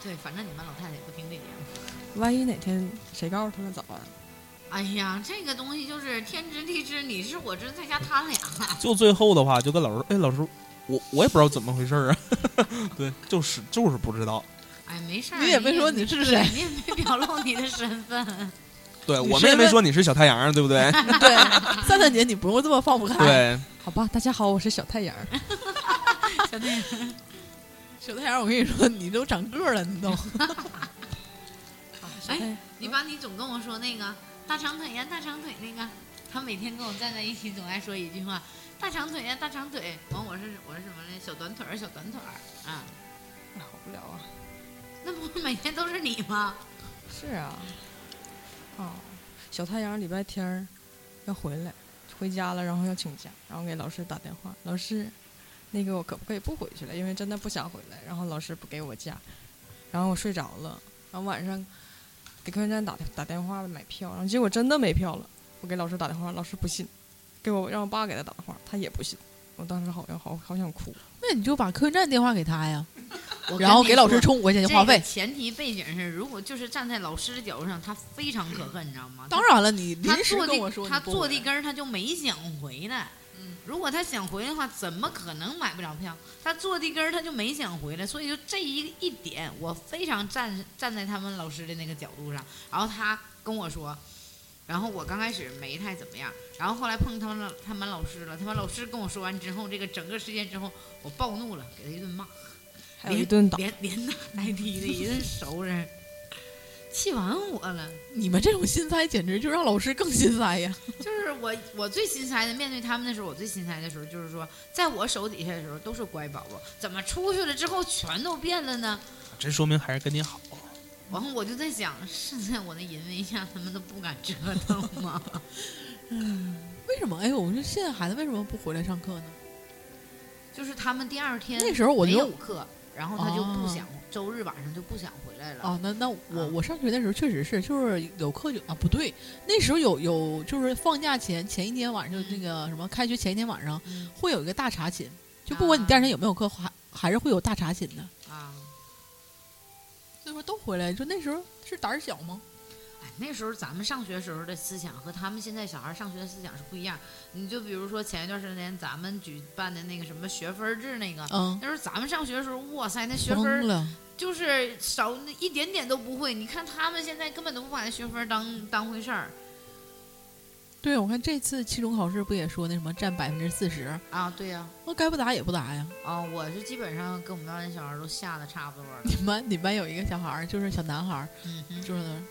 S4: 对，反正你们老太太也不听这节目。
S5: 万一哪天谁告诉他们咋办？
S4: 哎呀，这个东西就是天知地知，你知我知，在家他俩。
S2: 就最后的话，就跟老师，哎，老师，我我也不知道怎么回事儿啊， 对，就是就是不知道。
S4: 哎，没事儿，
S3: 你也没说你是谁
S4: 你也没表露你的身份。
S2: 对
S3: 你
S2: 我
S3: 是
S2: 们也没
S3: 问
S2: 说你是小太阳啊，对不 对？
S3: 对，三三姐，你不用这么放不开。，
S2: 对，
S5: 好吧，大家好，我是小太阳。
S3: 小太阳，我跟你说，你都长个儿了，你 都。
S4: 哎
S5: 啊哎，
S4: 你把你总跟我说那个大长腿呀，大长腿那个，他每天跟我站在一起，总爱说一句话：大长腿呀，大长腿。完我是我是什么来？小短腿儿，小短腿儿啊，
S5: 好无聊啊！
S4: 那不每天都是你吗？
S5: 是啊，哦，小太阳礼拜天儿要回来，回家了，然后要请假，然后给老师打电话，老师，那个我可不可以不回去了？因为真的不想回来。然后老师不给我假，然后我睡着了，然后晚上给客运站打打电话买票，然后结果真的没票了，我给老师打电话，老师不信，给我让我爸给他打电话，他也不信。我当时好像好好想哭，
S3: 那你就把客运站电话给他呀，
S4: 我
S3: 然后
S4: 跟你
S3: 给老师
S4: 说
S3: 充五块钱
S4: 这
S3: 的话
S4: 个
S3: 费。
S4: 前提背景是，如果就是站在老师的角度上，他非常可恨，你知道吗？
S3: 当然了，你
S4: 他
S3: 临时
S4: 坐
S3: 跟我
S4: 地
S3: 说
S4: 他
S3: 你不
S4: 坐
S3: 回
S4: 地
S3: 来
S4: 根儿，他就没想回来。
S3: 嗯
S4: 如果他想回来的话，怎么可能买不着票？他坐地根儿，他就没想回来。所以就这一一点，我非常站站在他们老师的那个角度上。然后他跟我说，然后我刚开始没太怎么样，然后后来碰他们老他们老师了，他们老师跟我说完之后，这个整个事件之后，我暴怒了，给他一顿骂。
S5: 还有一顿打。
S4: 连连打带踢的一顿收拾。气完我了。
S3: 你们这种心塞简直就让老师更心塞呀！
S4: 就是我我最心塞的，面对他们的时候，我最心塞的时候就是说，在我手底下的时候都是乖宝宝，怎么出去了之后全都变了呢？
S2: 这说明还是跟你好。
S4: 然后我就在想，是在我的淫威下，他们都不敢折腾吗？
S3: 为什么？哎呦，我说现在孩子为什么不回来上课呢？
S4: 就是他们第二天
S3: 那时候我
S4: 没
S3: 觉
S4: 有
S3: 得
S4: 课，然后他就不
S3: 哦
S4: 想，周日晚上就不想回来了。
S3: 哦，那那我我上学的时候确实是，就是有课有啊，不对，那时候有有就是放假前前一天晚上，就那个什么开学前一天晚上
S4: 嗯
S3: 会有一个大查寝，就不管你第二天有没有课，还还是会有大查寝的。
S4: 啊，
S3: 所以说都回来，就那时候是胆儿小吗？
S4: 哎，那时候咱们上学时候的思想和他们现在小孩上学的思想是不一样。你就比如说前一段时间咱们举办的那个什么学分制那个，
S3: 嗯，
S4: 那时候咱们上学的时候，哇塞，那学
S3: 疯
S4: 分
S3: 了，
S4: 就是少那一点点都不会。你看他们现在根本都不把那学分当当回事儿
S3: 对，我看这次期中考试不也说那什么占百分之四十，
S4: 啊！对呀、
S3: 那该不答也不答呀。
S4: 啊，我是基本上跟我们班的小孩都吓得差不多了。
S3: 你们班你们班有一个小孩儿，就是小男孩儿，
S4: 嗯哼，
S3: 就是那儿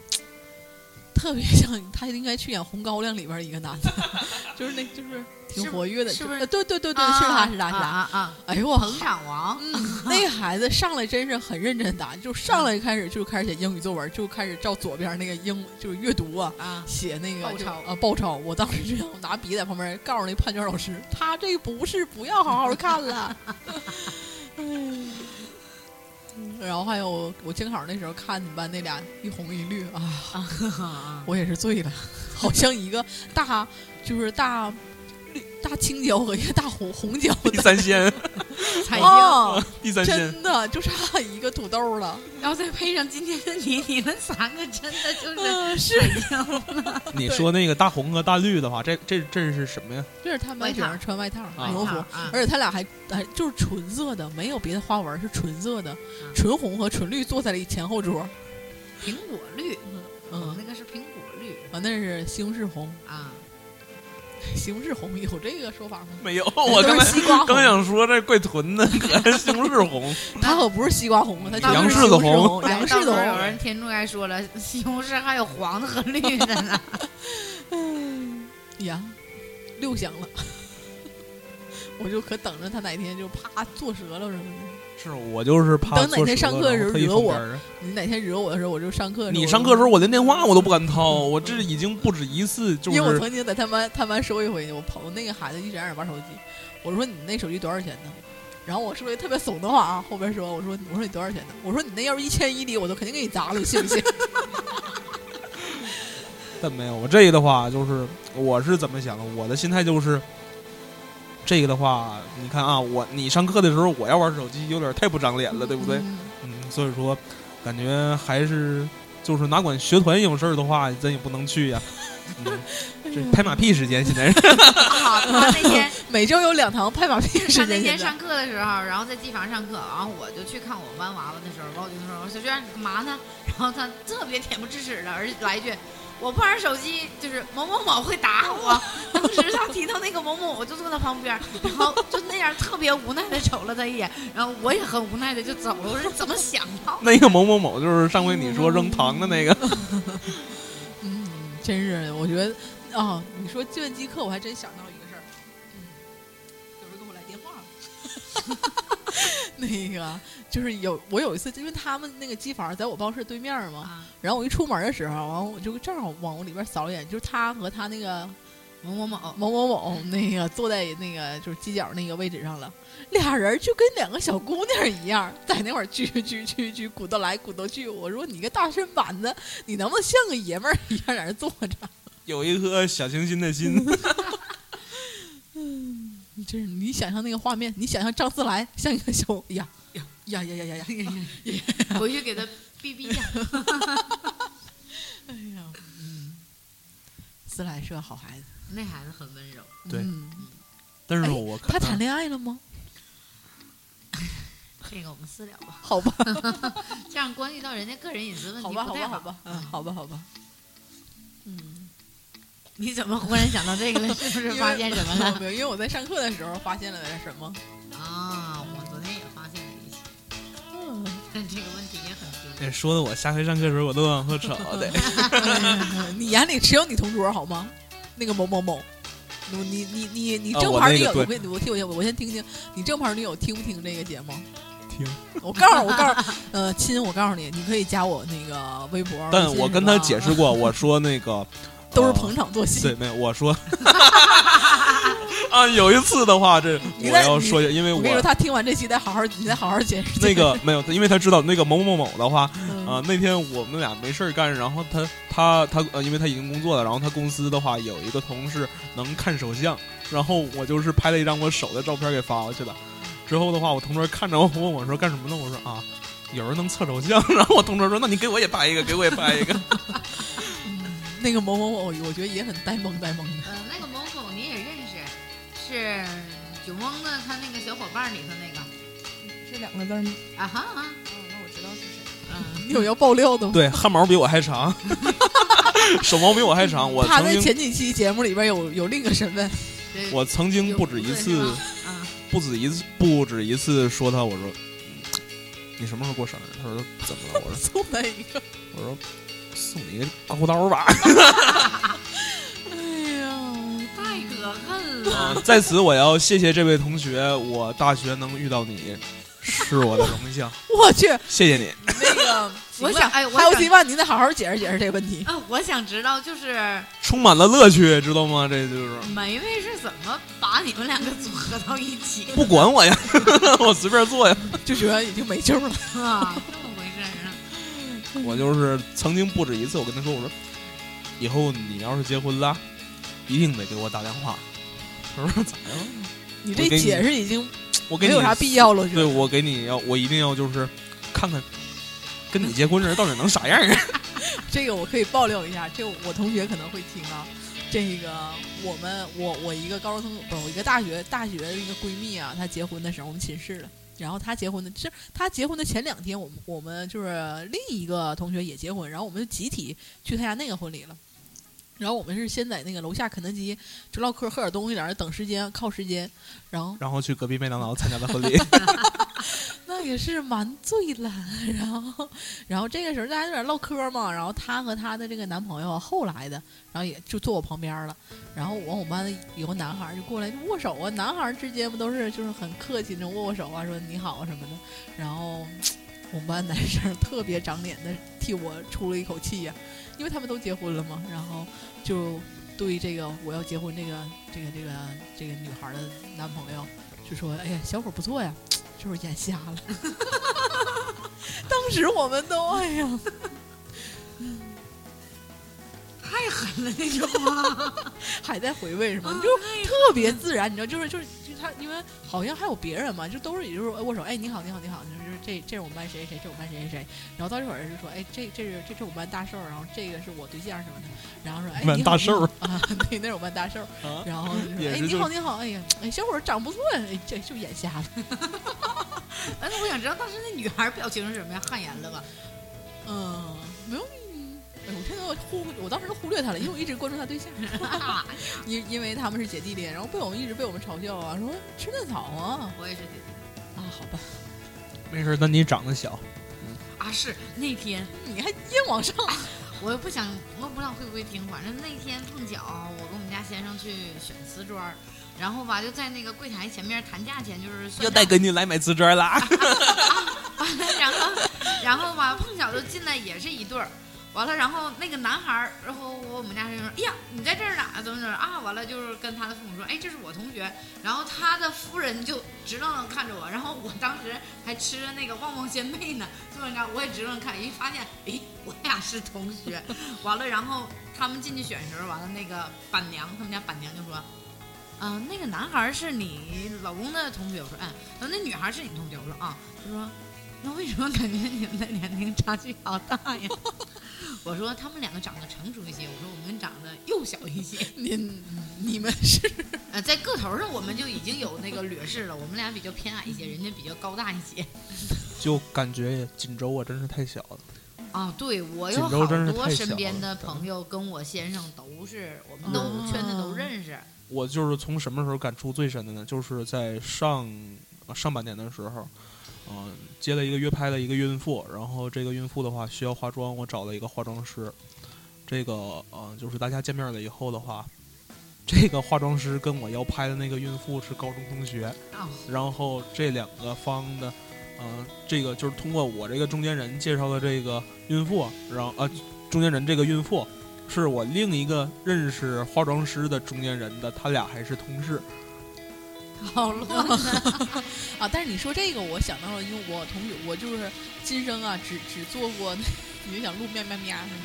S3: 特别像他应该去演《红高粱》里边儿一个男的， 就是那就是挺
S4: 是
S3: 活跃的，
S4: 是
S3: 就
S4: 不是
S3: 呃对 对对对，
S4: 啊
S3: 是他是他是他。
S4: 啊啊啊！
S3: 哎呦我
S4: 捧场王，
S3: 那个孩子上来真是很认真答，就上来开始就开始写英语作文，就开始照左边那个英就是阅读啊，
S4: 啊，
S3: 写那个
S4: 爆
S3: 就
S4: 抄
S3: 啊爆抄。我当时就想拿笔在旁边告诉那判卷老师，他这不是不要好好看了。 嗯 然后还有我监考那时候看你们班那俩一红一绿啊，
S4: 啊
S3: 我也是醉了， 好像一个大就是大绿大青椒和一个大红红椒
S2: 第三鲜，
S4: 彩晶，
S3: 哦，
S2: 第三鲜，
S3: 真的就差一个土豆了。
S4: 然后再配上今天的你，你们三个真的就是
S3: 嗯，是
S4: 彩晶。
S2: 你说那个大红和大绿的话，这这这是什么呀？
S3: 这是他们
S4: 外
S3: 班
S4: 套
S3: 女生穿外套
S2: 啊
S3: 牛服，
S4: 啊，
S3: 嗯而且他俩还还就是纯色的，没有别的花纹，是纯色的，纯红和纯绿坐在了前后桌。
S4: 苹果绿，我
S3: 嗯，
S4: 那个是苹果绿
S3: 啊，那是西红柿红，
S4: 啊，
S3: 西红柿红有这个说法吗？
S2: 没有，
S3: 都是西瓜红，啊
S2: 想说这贵屯的可是西红柿红，
S3: 它可不是西瓜红啊，它就是
S2: 杨
S3: 西
S2: 柿子
S3: 红柿
S2: 红
S3: 红，哦杨
S4: 到
S3: 柿
S4: 时
S3: 子
S4: 候有
S3: 红。
S4: 人天柱该说了，西红柿还有黄的和绿的呢。
S3: 呀，六香了， 我就可等着他哪天就啪坐折了什么的。
S2: 是我就是怕
S3: 等哪
S2: 做
S3: 天
S2: 折
S3: 上
S2: 了
S3: 课的
S2: 然
S3: 时
S2: 后
S3: 候
S2: 特意
S3: 惹
S2: 放
S3: 我
S2: 边儿上
S3: 你哪天惹我的时候，我就上课。
S2: 你上课的时候，，我连电话我都不敢掏，我这已经不止一次，就
S3: 因为我
S2: 是
S3: 曾经在他们班他们班收一回，我跑那个孩子一直在那玩手机，我说你那手机多少钱呢？然后我说了一特别怂的话啊，后边说我说我说你多少钱呢？我说你那要是一千一的，我都肯定给你砸了，你信不信？
S2: 但没有我这个的话，就是我是怎么想的，我的心态就是。这个的话，你看啊，我你上课的时候，我要玩手机，有点太不长脸了， 对不对？
S3: 嗯
S2: 嗯，所以说，感觉还是就是哪管学团有事儿的话，咱也不能去呀、 嗯，这拍马屁时间现在是。
S4: 啊，他那天
S3: 每周有两堂拍马 屁
S4: 他
S3: 时
S4: 那
S3: 间。现在
S4: 天上课的时候，然后在机房上课，然后我就去看我们班娃娃的时候，然后我就说：“小娟，你干嘛呢？”然后他特别恬不知耻的，而且来一句：“我不玩手机，就是某某某会打我。”当时他提到那个某某，我就坐在旁边，然后就那样特别无奈的瞅了他一眼，然后我也很无奈的就走了。我说：“怎么想到
S2: 那个某某某就是上回你说扔糖的那个，
S3: 嗯，真是，我觉得啊，你说计问机课，我还真想到一个事儿，嗯有人给我来电话了。 那个就是有我有一次，因为他们那个机房在我办公室对面儿嘛，
S4: 啊？
S3: 然后我一出门的时候，完后我就正好往我里边扫了一眼，就是他和他那个
S4: 某某某
S3: 某某某那个坐在那个就是犄角那个位置上了，俩人就跟两个小姑娘一样，在那块儿撅撅撅撅鼓捣来鼓捣去。我说你个大身板子，你能不能像个爷们儿一样在那坐着？
S2: 有一颗小清新的心。
S3: 你真是你想象那个画面，你想象张思来像一个小 呀呀呀呀呀呀呀，
S4: 回去给他逼逼呀。
S3: 哎呀，嗯，思来是个好孩子，
S4: 那孩子很温柔，
S2: 对
S3: 嗯
S2: 但是
S3: 哎
S2: 我看
S3: 他谈恋爱了吗？
S4: 这个我们私聊吧，
S3: 好 吧，
S4: 这样关系到人家个人隐私问题
S3: 好
S4: 不
S3: 吧，好
S4: 太啊
S3: 吧，好吧，嗯，好吧，好吧，嗯。
S4: 你怎么忽然想到这个了？ 是不是发现什么 了？
S3: 没有，因为我在上课的时候发现了点什 么。
S4: 啊，我昨天也发现了一些，
S3: 嗯，
S4: 但这个问题也很丢人。
S2: 哎说的我下回上课的时候我都往后 瞅的。
S3: 你眼里只有你同桌好吗？那个某某某，你你你你你
S2: 啊
S3: 正
S2: 我
S3: 牌
S2: 那
S3: 女
S2: 个
S3: 友，
S2: 对
S3: 我跟你我听我先我先听听，你正牌女友听不听这个节目？
S2: 听。
S3: 我告诉我告诉呃亲，我告诉你，你可以加我那个微博。微
S2: 但
S3: 信
S2: 我
S3: 什
S2: 跟
S3: 么
S2: 他
S3: 啊
S2: 解释过，我说那个
S3: 都是
S2: 呃
S3: 捧场作
S2: 对，
S3: 戏。
S2: 没有，我 说 啊，有一次的话，这我
S3: 你在
S2: 要
S3: 你
S2: 说一下，因为
S3: 我
S2: 我
S3: 跟你说，他听完这期得好好，你得好好解释。
S2: 那个没有，因为他知道那个某某某某的话
S3: 嗯
S2: 啊、那天我们俩没事儿干，然后他他他呃，因为他已经工作了，然后他公司的话有一个同事能看手相，然后我就是拍了一张我手的照片给发过去的。之后的话，我同桌看着我问我说干什么呢？我说啊，有人能测手相。 然后我同桌说那你给我也拍一个，给我也拍一个。
S3: 那个某某某，我觉得也很呆萌呆萌的。
S4: 呃，那个某某你也认识，是酒蒙的他那个小伙伴里头那个
S5: 这两个字儿吗？
S4: 啊哈啊，
S5: 哦，那我知道是谁。
S4: 嗯，
S3: 你有要爆料的 吗？
S2: 对，汗毛比我还长， 手毛比我还长。我
S3: 他
S2: 曾
S3: 在
S2: 经
S3: 前几期节目里边有有另一个身份，
S4: 对，
S2: 我曾经
S4: 有
S2: 不止一
S4: 胡子
S2: 次。
S4: 是吧啊，
S2: 不止一次，不止一次说他，我说嗯你什么时候过生日？他说怎么了？我 说
S3: 送他一个。
S2: 我说送你一个大裤兜 吧。
S3: 哎呀，
S4: 太可恨了。
S2: 啊在此我要谢谢这位同学，我大学能遇到你是我的荣 幸，
S3: 我去，
S2: 谢谢你。
S3: 那个
S4: 行
S3: 我
S4: 了
S3: 想，
S4: 哎我
S3: 还有
S4: 想
S3: 希望你得好好解释解释这个问题。
S4: 啊，我想知道就是
S2: 充满了乐趣，知道吗？这就是
S4: 梅梅是怎么把你们两个组合到一起
S2: 不管我呀， 我随便做呀。
S3: 就觉得已经没救了。
S4: 的啊？这么回事儿啊？
S2: 我就是曾经不止一次，我跟他说，我说以后你要是结婚了，一定得给我打电话。我说咋样？
S3: 你
S2: 我
S3: 这
S2: 给你
S3: 解释已经
S2: 我给
S3: 没
S2: 你
S3: 有啥必要了，我觉
S2: 对
S3: 得。
S2: 我给你要，我一定要就是看看跟你结婚人到底能啥样啊！
S3: 这个我可以爆料一下，这个我同学可能会听啊。这个我们我我一个高中同不是我一个大学大学的一个闺蜜啊，她结婚的时候我们寝室的，然后她结婚的，是她结婚的前两天，我们我们就是另一个同学也结婚，然后我们就集体去参加那个婚礼了。然后我们是先在那个楼下肯德基就唠嗑喝点东西，在那儿等时间靠时间，然后
S2: 然后去隔壁麦当劳参加的婚礼，
S3: 那也是蛮醉了，然后，然后这个时候大家有点唠嗑嘛，然后她和她的这个男朋友后来的，然后也就坐我旁边了，然后我我们班有个男孩儿就过来就握手啊，男孩儿之间不都是就是很客气那种握握手啊，说你好啊什么的，然后我们班男生特别长脸的替我出了一口气呀、因为他们都结婚了嘛，然后就对这个我要结婚这个这个这个这个女孩儿的男朋友就说，哎呀小伙儿不错呀。就是眼瞎了。当时我们都哎呀，
S4: 太狠 了那 句话，
S3: 还在回味什么，就
S4: 太
S3: 特别自然，你知道，就是就是就是他，因为好像还有别人嘛，就都是也就是哎握手，哎你好你好你好，就是这这是我们班谁谁谁，这是我们班谁谁谁，然后到这会儿就说哎这这是这是我们班大寿，然后这个是我对象什么的，然后说哎
S2: 班
S3: 你好
S2: 大
S3: 你
S2: 寿
S3: 好啊， 对，那是我们班大寿，
S2: 啊
S3: 然后就
S2: 也
S3: 说哎
S2: 是
S3: 你
S2: 就
S3: 好你好，哎呀哎小伙儿长不错呀，哎这就眼瞎了，
S4: 哎，那我想知道当时那女孩表情是什么样，汗颜了吧？
S3: 嗯，没有。嗯哎我现在忽，我当时都忽略他了，因为我一直关注他对象。因因为他们是姐弟恋，然后被我们一直被我们嘲笑啊，说吃嫩草啊
S4: 我也是觉
S3: 啊，好吧，
S2: 没事，但你长得小，
S4: 得啊，是那天
S3: 你还硬往上，
S4: 我不想，我不知道会不会听，反正那天碰巧我跟我们家先生去选瓷砖儿，然后吧就在那个柜台前面谈价钱，就 是算
S2: 又
S4: 账
S2: 带闺女来买瓷砖啦。
S4: 然后，然后吧，碰巧就进来也是一对儿。完了，然后那个男孩儿，然后我们家人说：“哎呀，你在这儿呢？怎么怎么啊？”完了就是跟他的父母说：“哎，这是我同学。”然后他的夫人就直愣愣看着我，然后我当时还吃着那个旺旺仙贝呢，这么着我也直愣看，一发现，哎，我俩是同学。完了，然后他们进去选时候，完了那个板娘，他们家板娘就说：“啊、那个男孩儿是你老公的同学。”我说：“嗯。”然后那女孩儿是你同学。我说：“啊。”他说。那为什么感觉你们的年龄差距好大呀？ 我说他们两个长得成熟一些，我说我们长得幼小一 些。
S3: 你你们是
S4: 呃，在个头上我们就已经有那个劣势了，我们俩比较偏矮一些，人家比较高大一些。
S2: 就感觉锦州啊，真是太小了。
S4: 啊，对我有
S2: 锦
S4: 好
S2: 州真是
S4: 多
S2: 太
S4: 身
S2: 小
S4: 边
S2: 了
S4: 的朋友跟我先生都是，我们
S2: 嗯
S4: 都圈子都认识。
S2: 我就是从什么时候感触最深的呢？就是在上、呃上半年的时候，啊、嗯、接了一个约拍的一个孕妇，然后这个孕妇的话需要化妆，我找了一个化妆师。这个嗯、呃就是大家见面了以后的话，这个化妆师跟我要拍的那个孕妇是高中同学，
S4: 啊，
S2: 然后这两个方的，嗯、这个就是通过我这个中间人介绍的这个孕妇，然后呃，中间人这个孕妇是我另一个认识化妆师的中间人的，他俩还是同事。
S4: 好乱啊！
S3: 啊，但是你说这个，我想到了，因为我同学，我就是今生啊，只只做过那，你就想录面面面是吗？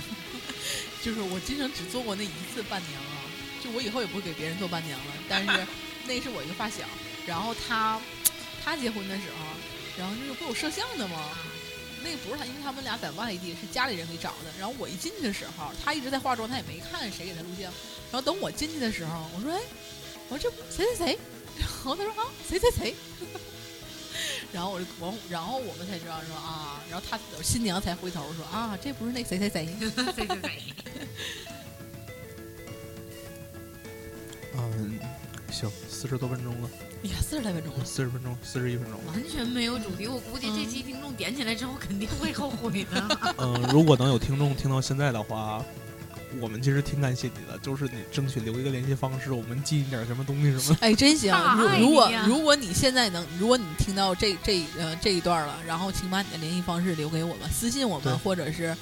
S3: 就是我今生只做过那一次伴娘啊，就我以后也不会给别人做伴娘了。但是那是我一个发小，然后她她结婚的时候，然后就是不有摄像的吗？那个不是她，因为他们俩在外地，是家里人给找的。然后我一进去的时候，她一直在化妆，她也没看谁给她录像。然后等我进去的时候，我说：“哎，我说这不谁谁谁。”然后她说：“啊，谁谁 谁。”然后我就我，然后我们才知道说啊，然后她新娘才回头说啊，这不是那谁谁谁。
S4: 对对对，
S2: 嗯，行，四十多分 钟了，
S3: 呀，四十来分钟了。
S2: 四十分钟，四十一分钟了。
S4: 完全没有主题。我估计这期听众点起来之后肯定会后悔的。
S2: 嗯，如果能有听众听到现在的话，我们其实挺感谢你的，就是你争取留一个联系方式，我们寄你点什么东西什么。
S3: 哎，真行！
S4: 大
S3: 如
S4: 爱
S3: 如果
S4: 你呀
S3: 如果你现在能，如果你听到这这呃这一段了，然后请把你的联系方式留给我们，私信我
S2: 对
S3: 们，或者是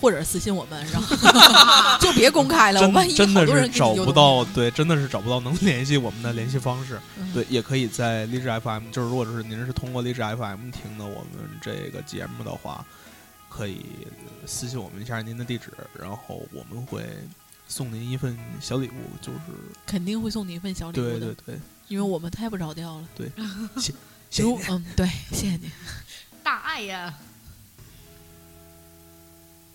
S3: 或者私信我们，然后 就别公开哎了。我万一
S2: 真真
S3: 好
S2: 的
S3: 多人
S2: 是
S3: 给你
S2: 找
S3: 丢
S2: 不
S3: 东
S2: 到，
S3: 西
S2: 对，真的是找不到能联系我们的联系方式。
S3: 嗯
S2: 对，也可以在荔枝 FM，就是如果是您是通过荔枝 FM 听的我们这个节目的话，可以私信我们一下您的地址，然后我们会送您一份小礼物，就是
S3: 肯定会送你一份小礼物的，
S2: 对对对，
S3: 因为我们太不着调了。
S2: 谢谢
S3: 如
S2: 你。
S3: 嗯，对，谢谢你。
S4: 大爱 呀，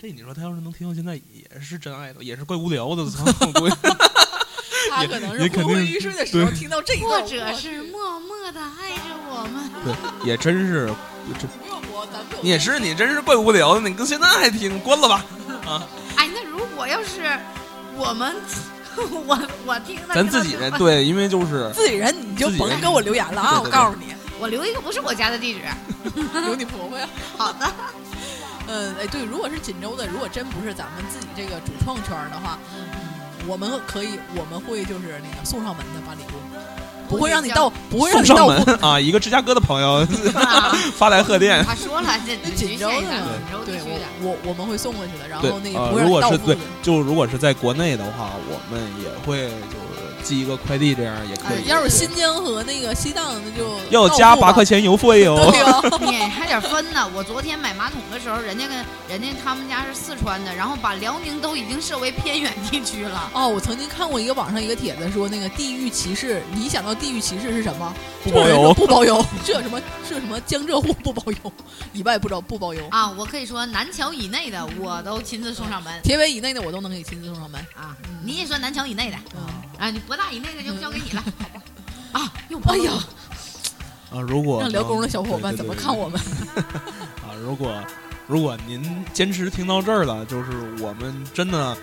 S2: 这你说他要是能听到现在，也是真爱的，也是怪无聊 的，操！我估计
S3: 他
S2: 也
S3: 可能
S2: 也
S3: 是
S2: 肯
S3: 昏昏
S2: 定
S3: 欲睡的时候
S2: 对
S3: 听到这一
S4: 或
S3: 段，
S4: 者
S3: 我
S4: 是默默的爱着我们。
S2: 对，也真是，这
S3: 不用播，咱不用
S2: 你也是，你真是怪无聊的，你跟现在还听，关了吧。
S4: 哎，那如果要是我们， 我我听到
S2: 咱自己
S4: 听到
S2: 人
S4: 这
S2: 对，因为就是
S3: 自己人，你就
S2: 自己
S3: 甭
S2: 人
S3: 给我留言了
S2: 对对
S3: 啊！我
S2: 对
S3: 告诉你，
S4: 我留一个不是我家的 地址。
S3: 留你婆婆呀。
S4: 好的，
S3: 嗯，哎，对，如果是锦州的，如果真不是咱们自己这个主创圈儿的话，我们可以，我们会就是那个送上门的把礼物，不会让你到，不会
S2: 送
S3: 让你
S2: 上
S3: 到
S2: 门啊，一个芝加哥的朋友
S4: 啊
S2: 发来贺电。
S4: 他说了，这这
S3: 锦州
S4: 局
S3: 的
S4: 限一下
S3: 嘛
S4: 锦州。地
S3: 啊对，
S4: 区的。
S3: 我我我们会送过去的，然
S2: 对
S3: 后那，个
S2: 呃
S3: 不，会
S2: 如
S3: 让你
S2: 果
S3: 到
S2: 是
S3: 付
S2: 对
S3: 的。，
S2: 就如果是在国内的话，我们也会就是寄一个快递，这样也可
S4: 呃
S2: 以。
S3: 哎要是新疆和那个西藏，那就
S2: 要
S3: 到
S2: 加
S3: 付
S2: 八
S3: 吧
S2: 块。钱邮费哦
S3: 对。啊呀，
S4: 你还得分呢。我昨天买马桶的时候，人家跟人家他们家是四川的，然后把辽宁都已经设为偏远地区了。
S3: 哦，我曾经看过一个网上一个帖子说，那个地域歧视，你一想到地域歧视是什么？
S2: 不
S3: 就是
S2: 包
S3: 人
S2: 邮
S3: 说不包邮， 这有什么这有什么江浙沪不包邮， 以外不着不包邮，
S4: 啊，我可以说南桥以内的我都亲自送上门
S3: 铁尾以内的我都能给亲自送上门。嗯
S4: 啊，你也说南桥以内的啊，你博大以内的就交给 你了。好吧？啊，又
S3: 哎
S4: 哎
S3: 呀
S4: 呀，，
S2: 啊，如果
S3: 让
S2: 能
S3: 辽工的小伙
S2: 对
S3: 伴
S2: 对
S3: 怎么
S2: 对
S3: 看我们？
S2: 啊，如果如果您坚持听到这儿了，就是我们真的，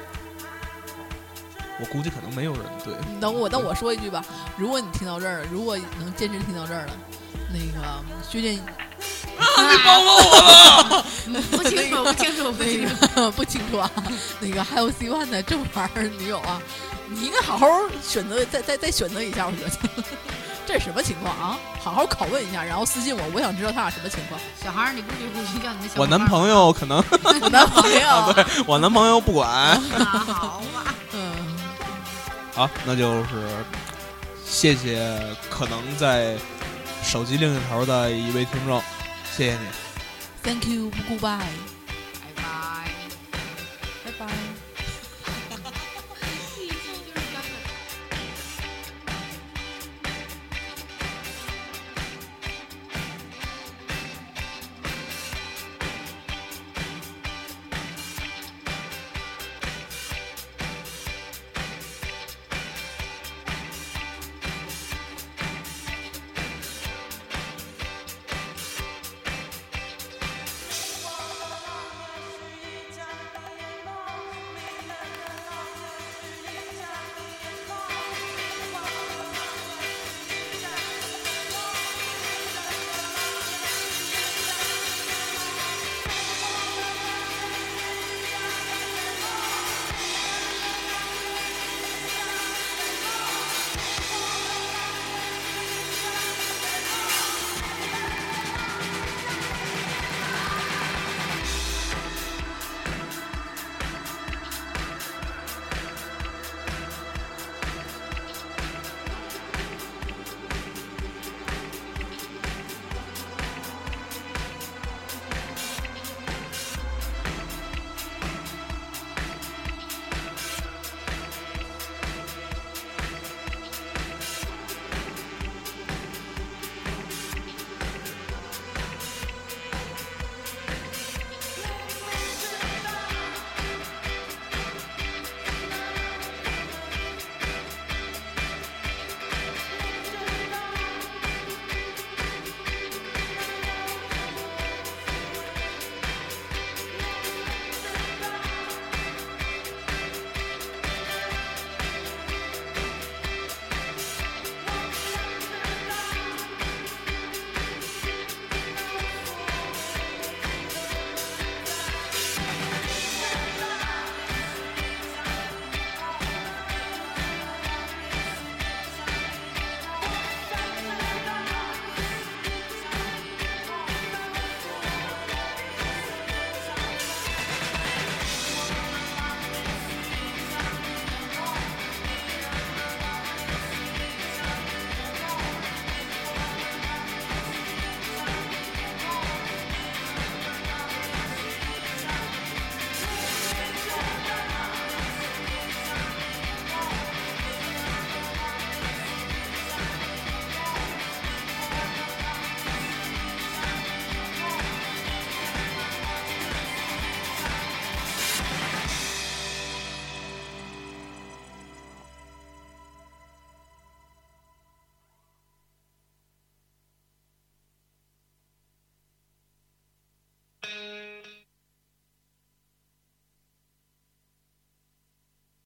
S2: 我估计可能没有人对。
S3: 你等我，等我说一句吧。如果你听到这儿了，如果能坚持听到这儿了，那个最近哎
S4: 你暴露 我了！嗯不清楚，不清楚，不清楚。
S3: 那个不清楚啊，那个还有 C One 的正牌儿女友啊，你应该好好选择，再再再选择一下，我觉得这是什么情况啊？好好拷问一下，然后私信我，我想知道他俩什么情况。
S4: 小孩儿，你不许不许叫你的小
S2: 我
S4: 伙伴
S2: 男朋友可能，
S3: 我男朋友，
S2: 我男朋友不管。
S4: 啊， 好吧。
S3: 嗯，
S2: 好，那就是谢谢可能在手机另一头的一位听众，谢谢你。
S3: Thank you, goodbye.